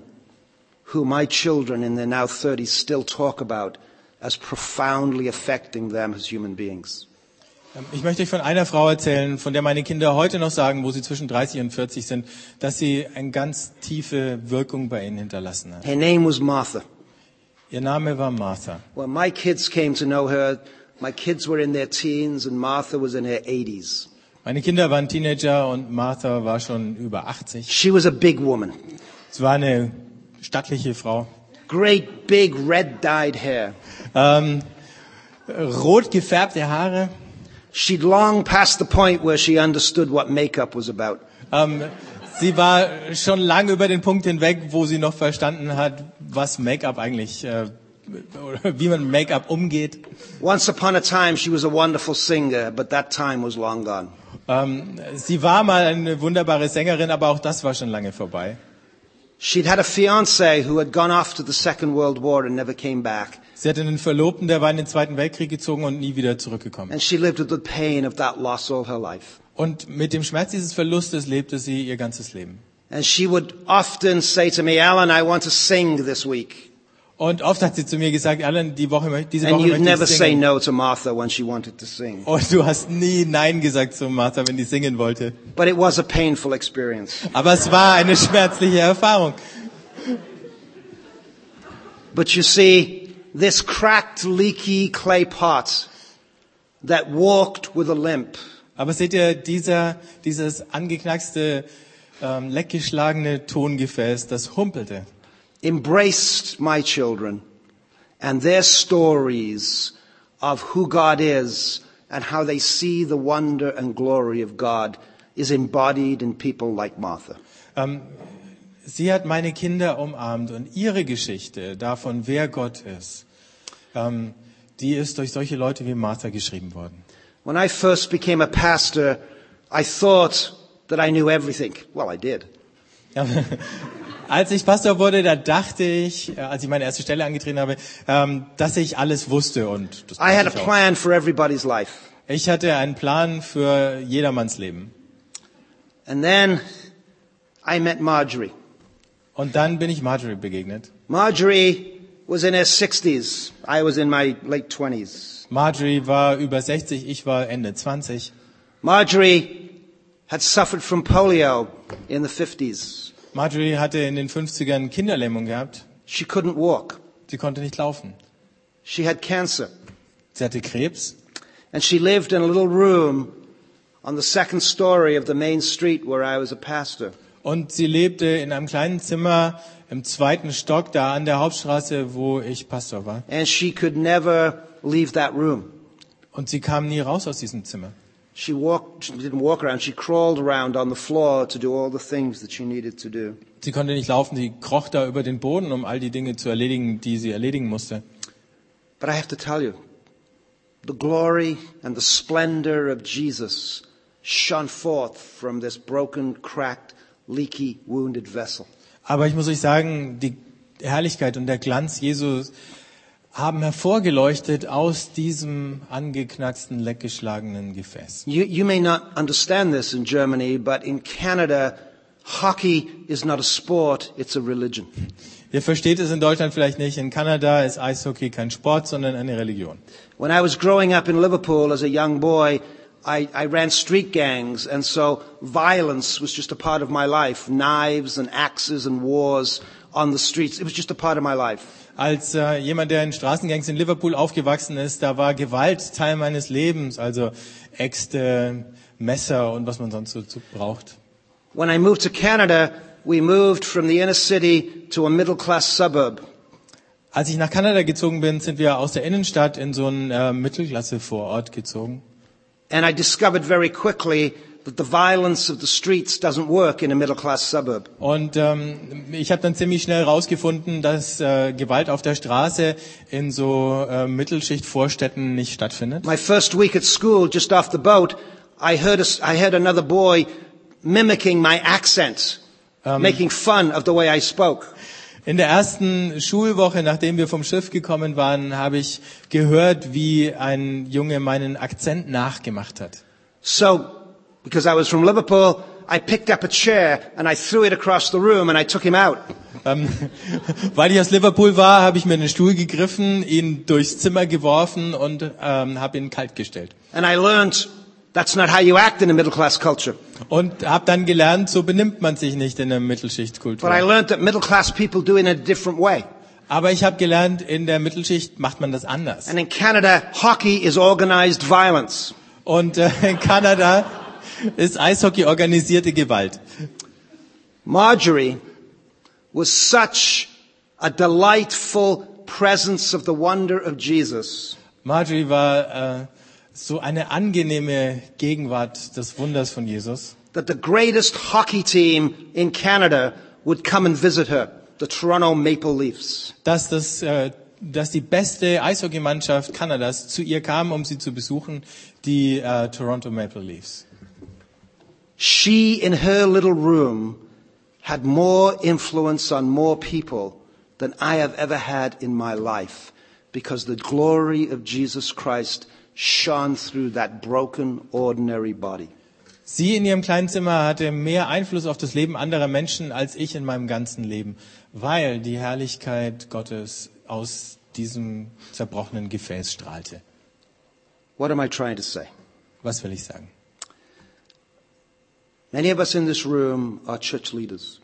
S2: who my children in their now 30s still talk about as profoundly affecting them as human beings.
S1: Ähm, Ich möchte euch von einer Frau erzählen, von der meine Kinder heute noch sagen, wo sie zwischen 30 und 40 sind, dass sie eine ganz tiefe Wirkung bei ihnen hinterlassen hat.
S2: Her name was Martha.
S1: Ihr Name war Martha.
S2: When my kids came to know her, my kids were in their teens and Martha was in her 80s.
S1: Meine Kinder waren Teenager und Martha war schon über 80.
S2: She was a big woman.
S1: Es war eine stattliche Frau.
S2: Great big red dyed hair.
S1: Ähm, rot gefärbte Haare.
S2: She'd long passed the point where she understood what makeup was about.
S1: Ähm, sie war schon lange über den Punkt hinweg, wo sie noch verstanden hat, was Make-up eigentlich, äh, oder wie man Make-up umgeht.
S2: Once upon a time, she was a wonderful singer, but that time was long gone.
S1: Ähm, sie war mal eine wunderbare Sängerin, aber auch das war schon lange vorbei.
S2: She'd had a fiance who had gone off to the Second World War and never came back.
S1: Sie hatte einen Verlobten, der war in den Zweiten Weltkrieg gezogen und nie wieder zurückgekommen.
S2: And she lived with the pain of that loss all her life.
S1: Und mit dem Schmerz dieses Verlustes lebte sie ihr ganzes Leben.
S2: And she would often say to me, Alan, I want to sing this week.
S1: Und oft hat sie zu mir gesagt, Alan, die Woche, möchte- diese
S2: And
S1: Woche
S2: you'd
S1: möchte
S2: never
S1: ich
S2: say
S1: singen.
S2: no to Martha when she wanted to sing.
S1: Und du hast nie Nein gesagt zu Martha, wenn die singen wollte.
S2: But it was a painful experience.
S1: Aber es war eine schmerzliche Erfahrung.
S2: But you see, this cracked, leaky clay pot that walked with a limp
S1: Aber seht ihr, dieser, dieses angeknackste, ähm, leckgeschlagene Tongefäß, das humpelte.
S2: embraced my children and their stories of who God is and how they see the wonder and glory of God is embodied in people like Martha.
S1: Sie hat meine Kinder umarmt und ihre Geschichte davon, wer Gott ist, ähm, die ist durch solche Leute wie Martha geschrieben worden.
S2: When I first became a pastor, I thought that I knew everything. Well, I did.
S1: Ja, als ich Pastor wurde, da dachte ich, äh, als ich meine erste Stelle angetreten habe, ähm, dass ich alles wusste und das
S2: I had a
S1: wusste ich, auch.
S2: plan for everybody's life.
S1: ich hatte einen Plan für jedermanns Leben.
S2: And then I met Marjorie.
S1: Und dann bin ich Marjorie begegnet.
S2: Marjorie was in her 60s. I was in my late 20s.
S1: Marjorie war über 60, ich war Ende 20.
S2: Marjorie had suffered from polio in the 50s.
S1: Marjorie hatte in den 50ern Kinderlähmung gehabt.
S2: She couldn't walk.
S1: Sie konnte nicht laufen.
S2: She had cancer.
S1: Sie hatte Krebs.
S2: And she lived in a little room on the second story of the main street where I was a pastor.
S1: Und sie lebte in einem kleinen Zimmer im zweiten Stock, da an der Hauptstraße, wo ich Pastor war.
S2: And she could never leave that room.
S1: Und sie kam nie raus aus diesem Zimmer.
S2: She walked, she didn't walk around. She crawled around on the floor to do all the things that she needed to do.
S1: Sie konnte nicht laufen, sie kroch da über den Boden, um all die Dinge zu erledigen, die sie erledigen musste.
S2: But I have to tell you, the glory and the splendor of Jesus shone forth from this broken, cracked, leaky, wounded vessel.
S1: Aber ich muss euch sagen, die Herrlichkeit und der Glanz Jesus haben hervorgeleuchtet aus diesem angeknacksten, leckgeschlagenen Gefäß.
S2: You, you may not understand this in Germany, but in Canada, hockey is not a sport, it's a religion.
S1: Ihr versteht es in Deutschland vielleicht nicht. In Kanada ist Eishockey kein Sport, sondern eine Religion.
S2: When I was growing up in Liverpool as a young boy, I, I ran street gangs, and so violence was just a part of my life. Knives and axes and wars on the streets, it was just a part of my life.
S1: Als äh, jemand, der in Straßengangs in Liverpool aufgewachsen ist, da war Gewalt Teil meines Lebens, also Äxte, Messer und was man sonst so zu- braucht.
S2: When I moved to Canada, we moved from the inner city to a middle class suburb.
S1: Als ich nach Kanada gezogen bin, sind wir aus der Innenstadt in so einen äh, Mittelklasse-Vorort gezogen.
S2: And I discovered very quickly that the violence of the streets doesn't work in a middle class suburb.
S1: Und ähm, ich habe dann ziemlich schnell rausgefunden, dass äh, Gewalt auf der Straße in so äh, Mittelschichtvorstädten nicht stattfindet.
S2: My first week at school, just off the boat, I heard, a s I heard another boy mimicking my accent, making fun of the way I spoke.
S1: In der ersten Schulwoche, nachdem wir vom Schiff gekommen waren, habe ich gehört, wie ein Junge meinen Akzent nachgemacht hat.
S2: So, because I was from Liverpool, I picked up a chair and I threw it across the room and I took him out.
S1: Ähm, weil ich aus Liverpool war, habe ich mir einen Stuhl gegriffen, ihn durchs Zimmer geworfen und ähm, habe ihn kalt gestellt.
S2: And I learned that's not how you act in a middle class culture.
S1: Und habe dann gelernt, so benimmt man sich nicht in der
S2: But I
S1: Mittelschichtkultur.
S2: learned that middle class people do it in a different way.
S1: Aber ich habe gelernt, in der Mittelschicht macht man das anders.
S2: And in Canada, hockey is organized violence.
S1: Und äh, in Kanada ist Eishockey organisierte Gewalt.
S2: Marjorie was such a delightful presence of the wonder of Jesus
S1: Marjorie war äh, so eine angenehme Gegenwart des Wunders von Jesus,
S2: that the greatest hockey team in Canada would come and visit her, the Toronto Maple Leafs.
S1: dass, das, äh, dass die beste Eishockeymannschaft Kanadas zu ihr kam, um sie zu besuchen, die äh, Toronto Maple Leafs.
S2: She, in her little room, had more influence on more people than I have ever had in my life because the glory of Jesus Christ shone through that broken, ordinary body.
S1: Sie in ihrem kleinen Zimmer hatte mehr Einfluss auf das Leben anderer Menschen als ich in meinem ganzen Leben, weil die Herrlichkeit Gottes aus diesem zerbrochenen Gefäß strahlte.
S2: What am I trying to say?
S1: Was will ich sagen?
S2: Many of us in this room are church leaders.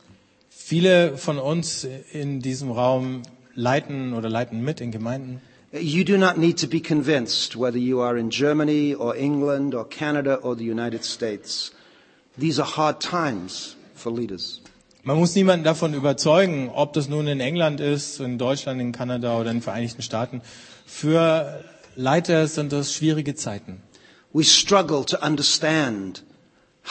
S1: Viele von uns in diesem Raum leiten oder leiten mit in Gemeinden.
S2: You do not need to be convinced whether you are in Germany or England or Canada or the United States. These are hard times for leaders.
S1: Man muss niemanden davon überzeugen, ob das nun in England ist, in Deutschland, in Kanada oder in den Vereinigten Staaten. Für Leiter sind das schwierige Zeiten.
S2: We struggle to understand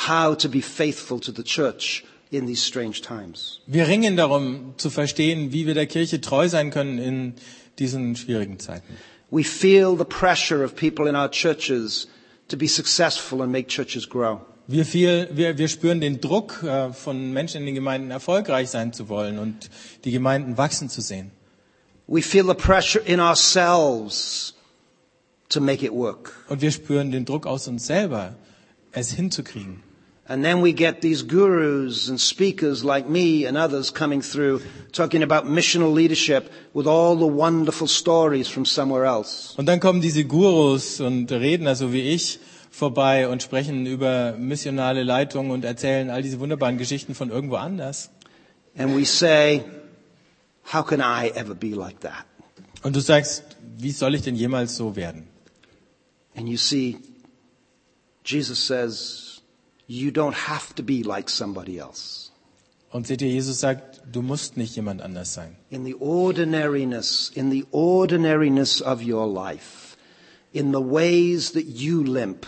S2: how to be faithful to the church in these strange times.
S1: Wir ringen darum zu verstehen, wie wir der Kirche treu sein können in diesen schwierigen Zeiten.
S2: We feel the pressure of people in our churches to be successful and make churches grow.
S1: Wir, viel, wir, wir spüren den Druck äh, von Menschen in den Gemeinden, erfolgreich sein zu wollen und die Gemeinden wachsen zu sehen.
S2: We feel the pressure in ourselves to make it work.
S1: Und wir spüren den Druck aus uns selber, es hinzukriegen.
S2: And then we get these gurus and speakers like me and others coming through talking about missional leadership with all the wonderful stories from somewhere else.
S1: Und dann kommen diese Gurus und Redner, so wie ich, vorbei und sprechen über missionale Leitung und erzählen all diese wunderbaren Geschichten von irgendwo anders.
S2: And we say, how can I ever be like that?
S1: Und du sagst, wie soll ich denn jemals so werden?
S2: And you see, Jesus says, you don't have to be like somebody else.
S1: Und seht ihr, Jesus sagt, du musst nicht jemand anders sein.
S2: In the ordinariness, in the ordinariness of your life, in the ways that you limp,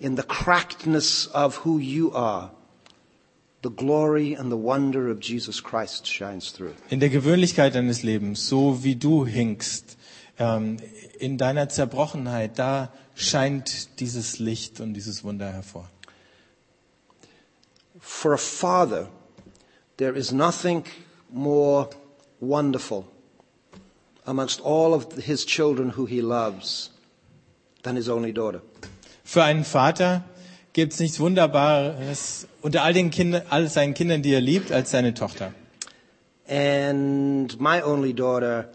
S2: in the crackedness of who you are, the glory and the wonder of Jesus Christ shines through.
S1: In der Gewöhnlichkeit deines Lebens, so wie du hinkst, ähm, in deiner Zerbrochenheit, da scheint dieses Licht und dieses Wunder hervor.
S2: For a father, there is nothing more wonderful amongst all of his children who he loves than his only daughter.
S1: Für einen Vater gibt es nichts Wunderbares unter all den Kindern, all seinen Kindern, die er liebt, als seine Tochter.
S2: And my only daughter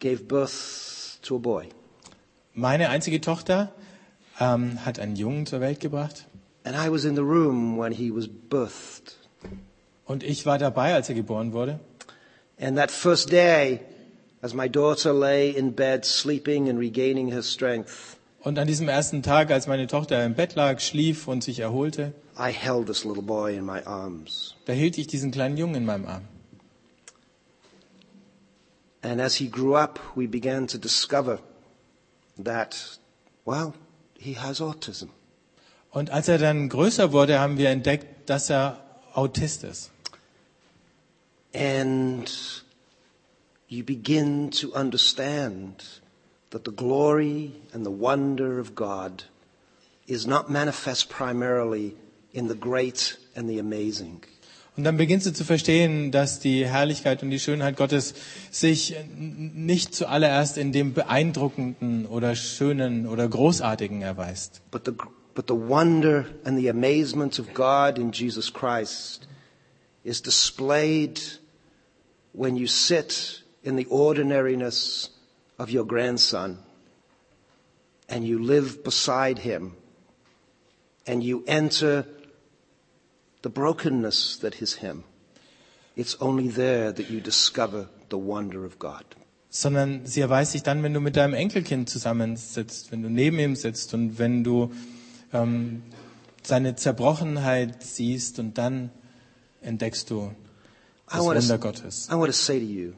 S2: gave birth to a boy.
S1: Meine einzige Tochter ähm, hat einen Jungen zur Welt gebracht
S2: And I was in the room when he was birthed.
S1: und ich war dabei, als er geboren wurde.
S2: And that first day, as my daughter lay in bed sleeping and regaining her strength,
S1: Und an diesem ersten Tag, als meine Tochter im Bett lag, schlief und sich erholte,
S2: I held this little boy in my arms.
S1: da hielt ich diesen kleinen Jungen in meinem Arm.
S2: And as he grew up, we began to discover that, well, he has autism.
S1: Und als er dann größer wurde, haben wir entdeckt, dass er Autist ist.
S2: And you begin to understand that the glory and the wonder of God is not manifest primarily in the great and the amazing.
S1: Und dann beginnst du zu verstehen, dass die Herrlichkeit und die Schönheit Gottes sich n- nicht zuallererst in dem Beeindruckenden oder Schönen oder Großartigen erweist,
S2: But the, but the wonder and the amazement of God in Jesus Christ is displayed when you sit in the ordinariness of your grandson and you live beside him and you enter the brokenness that is him. It's only there that you discover the wonder of God.
S1: sondern sie erweist sich dann, wenn du mit deinem Enkelkind zusammensitzt, wenn du neben ihm sitzt und wenn du ähm, seine Zerbrochenheit siehst und dann entdeckst du
S2: I
S1: das
S2: wanna
S1: Wunder
S2: s-
S1: Gottes.
S2: I want to say to you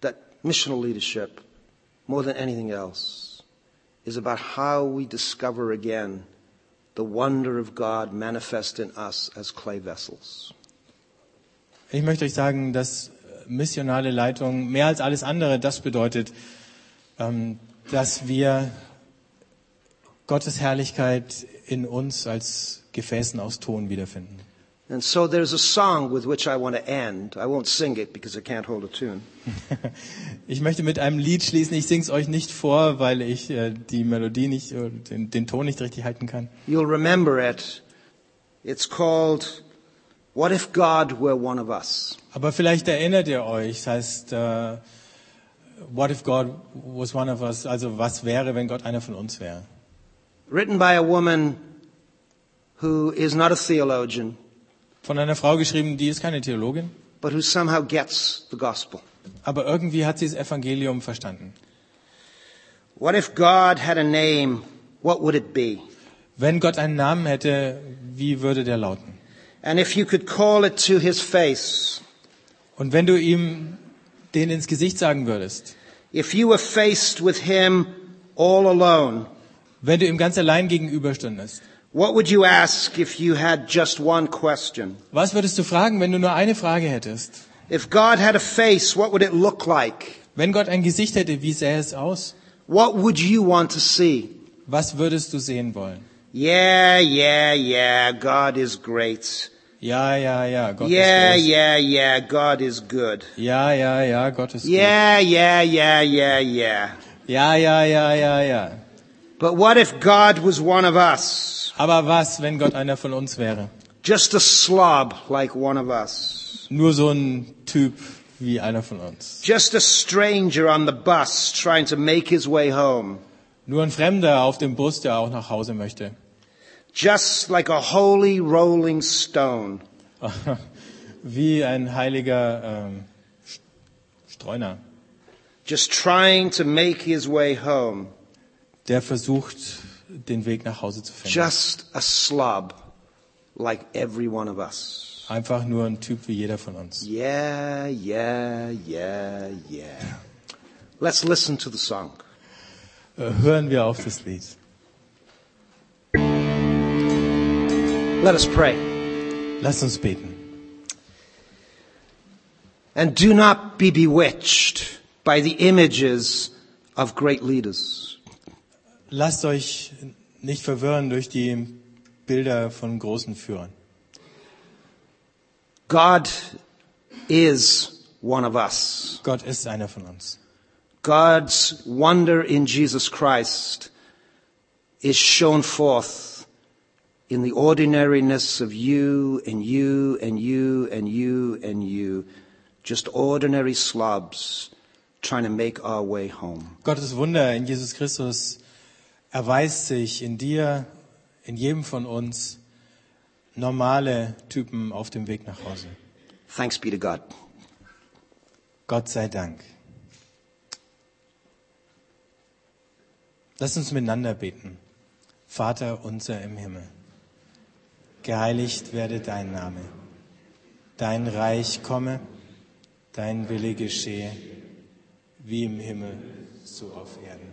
S2: that missional leadership, more than anything else, is about how we discover again the wonder of God manifest in us as clay vessels.
S1: Ich möchte euch sagen, dass äh, missionale Leitung mehr als alles andere das bedeutet, ähm, dass wir Gottes Herrlichkeit in uns als Gefäßen aus Ton wiederfinden.
S2: And so there's a song with which I want to end. I won't sing it because I can't hold a tune.
S1: Ich möchte mit einem Lied schließen. Ich sing's euch nicht vor, weil ich äh, die Melodie nicht, äh, den, den Ton nicht richtig halten kann.
S2: You'll remember it. It's called What If God Were One of Us?
S1: Aber vielleicht erinnert ihr euch. Das heißt, äh, What if God was one of us? Also was wäre, wenn Gott einer von uns wäre?
S2: written by a woman who is not a theologian,
S1: Von einer Frau geschrieben, die ist keine Theologin,
S2: but who somehow gets the gospel.
S1: aber irgendwie hat sie das Evangelium verstanden.
S2: What if God had a name? What would it be?
S1: Wenn Gott einen Namen hätte, wie würde der lauten?
S2: And if you could call it to his face,
S1: Und wenn du ihm den ins Gesicht sagen würdest,
S2: if you were faced with him all alone,
S1: wenn du ihm ganz allein gegenüberstündest,
S2: what would you ask if you had just one question?
S1: was würdest du fragen, wenn du nur eine Frage hättest?
S2: If God had a face, what would it look like?
S1: Wenn Gott ein Gesicht hätte, wie sähe es aus?
S2: What would you want to see?
S1: Was würdest du sehen wollen?
S2: Yeah, yeah, yeah, God is great.
S1: Ja, ja, ja, Gott
S2: Yeah,
S1: ist groß.
S2: yeah, yeah, God is good.
S1: Ja, ja, ja, Gott ist
S2: Yeah, yeah, yeah, yeah, yeah.
S1: gut. Ja, ja, ja, ja, ja.
S2: But what if God was one of us?
S1: Aber was, wenn Gott einer von uns wäre?
S2: Just a slob like one of us.
S1: Nur so ein Typ wie einer von uns.
S2: Just a stranger on the bus trying to make his way home.
S1: Nur ein Fremder auf dem Bus, der auch nach Hause möchte.
S2: Just like a holy rolling stone.
S1: Wie ein heiliger ähm, Sch- Streuner,
S2: Just trying to make his way home.
S1: der versucht, den Weg nach Hause zu finden.
S2: Just a slob like every one of us.
S1: Einfach nur ein Typ wie jeder von uns.
S2: Yeah, yeah, yeah, yeah. Let's listen to the song.
S1: Äh, Hören wir auf das Lied.
S2: Let us pray.
S1: Lasst uns beten.
S2: And do not be bewitched by the images of great leaders.
S1: Lasst euch nicht verwirren durch die Bilder von großen Führern.
S2: God is one of us.
S1: Gott ist einer von uns.
S2: God's wonder in Jesus Christ is shown forth in the ordinariness of you and you and you and you and you, just ordinary slobs trying to make our way home.
S1: Gottes Wunder in Jesus Christus erweist sich in dir, in jedem von uns, normale Typen auf dem Weg nach Hause.
S2: Thanks be to God.
S1: Gott sei Dank. Lass uns miteinander beten. Vater unser im Himmel, geheiligt werde dein Name. Dein Reich komme, dein Wille geschehe, wie im Himmel, so auf Erden.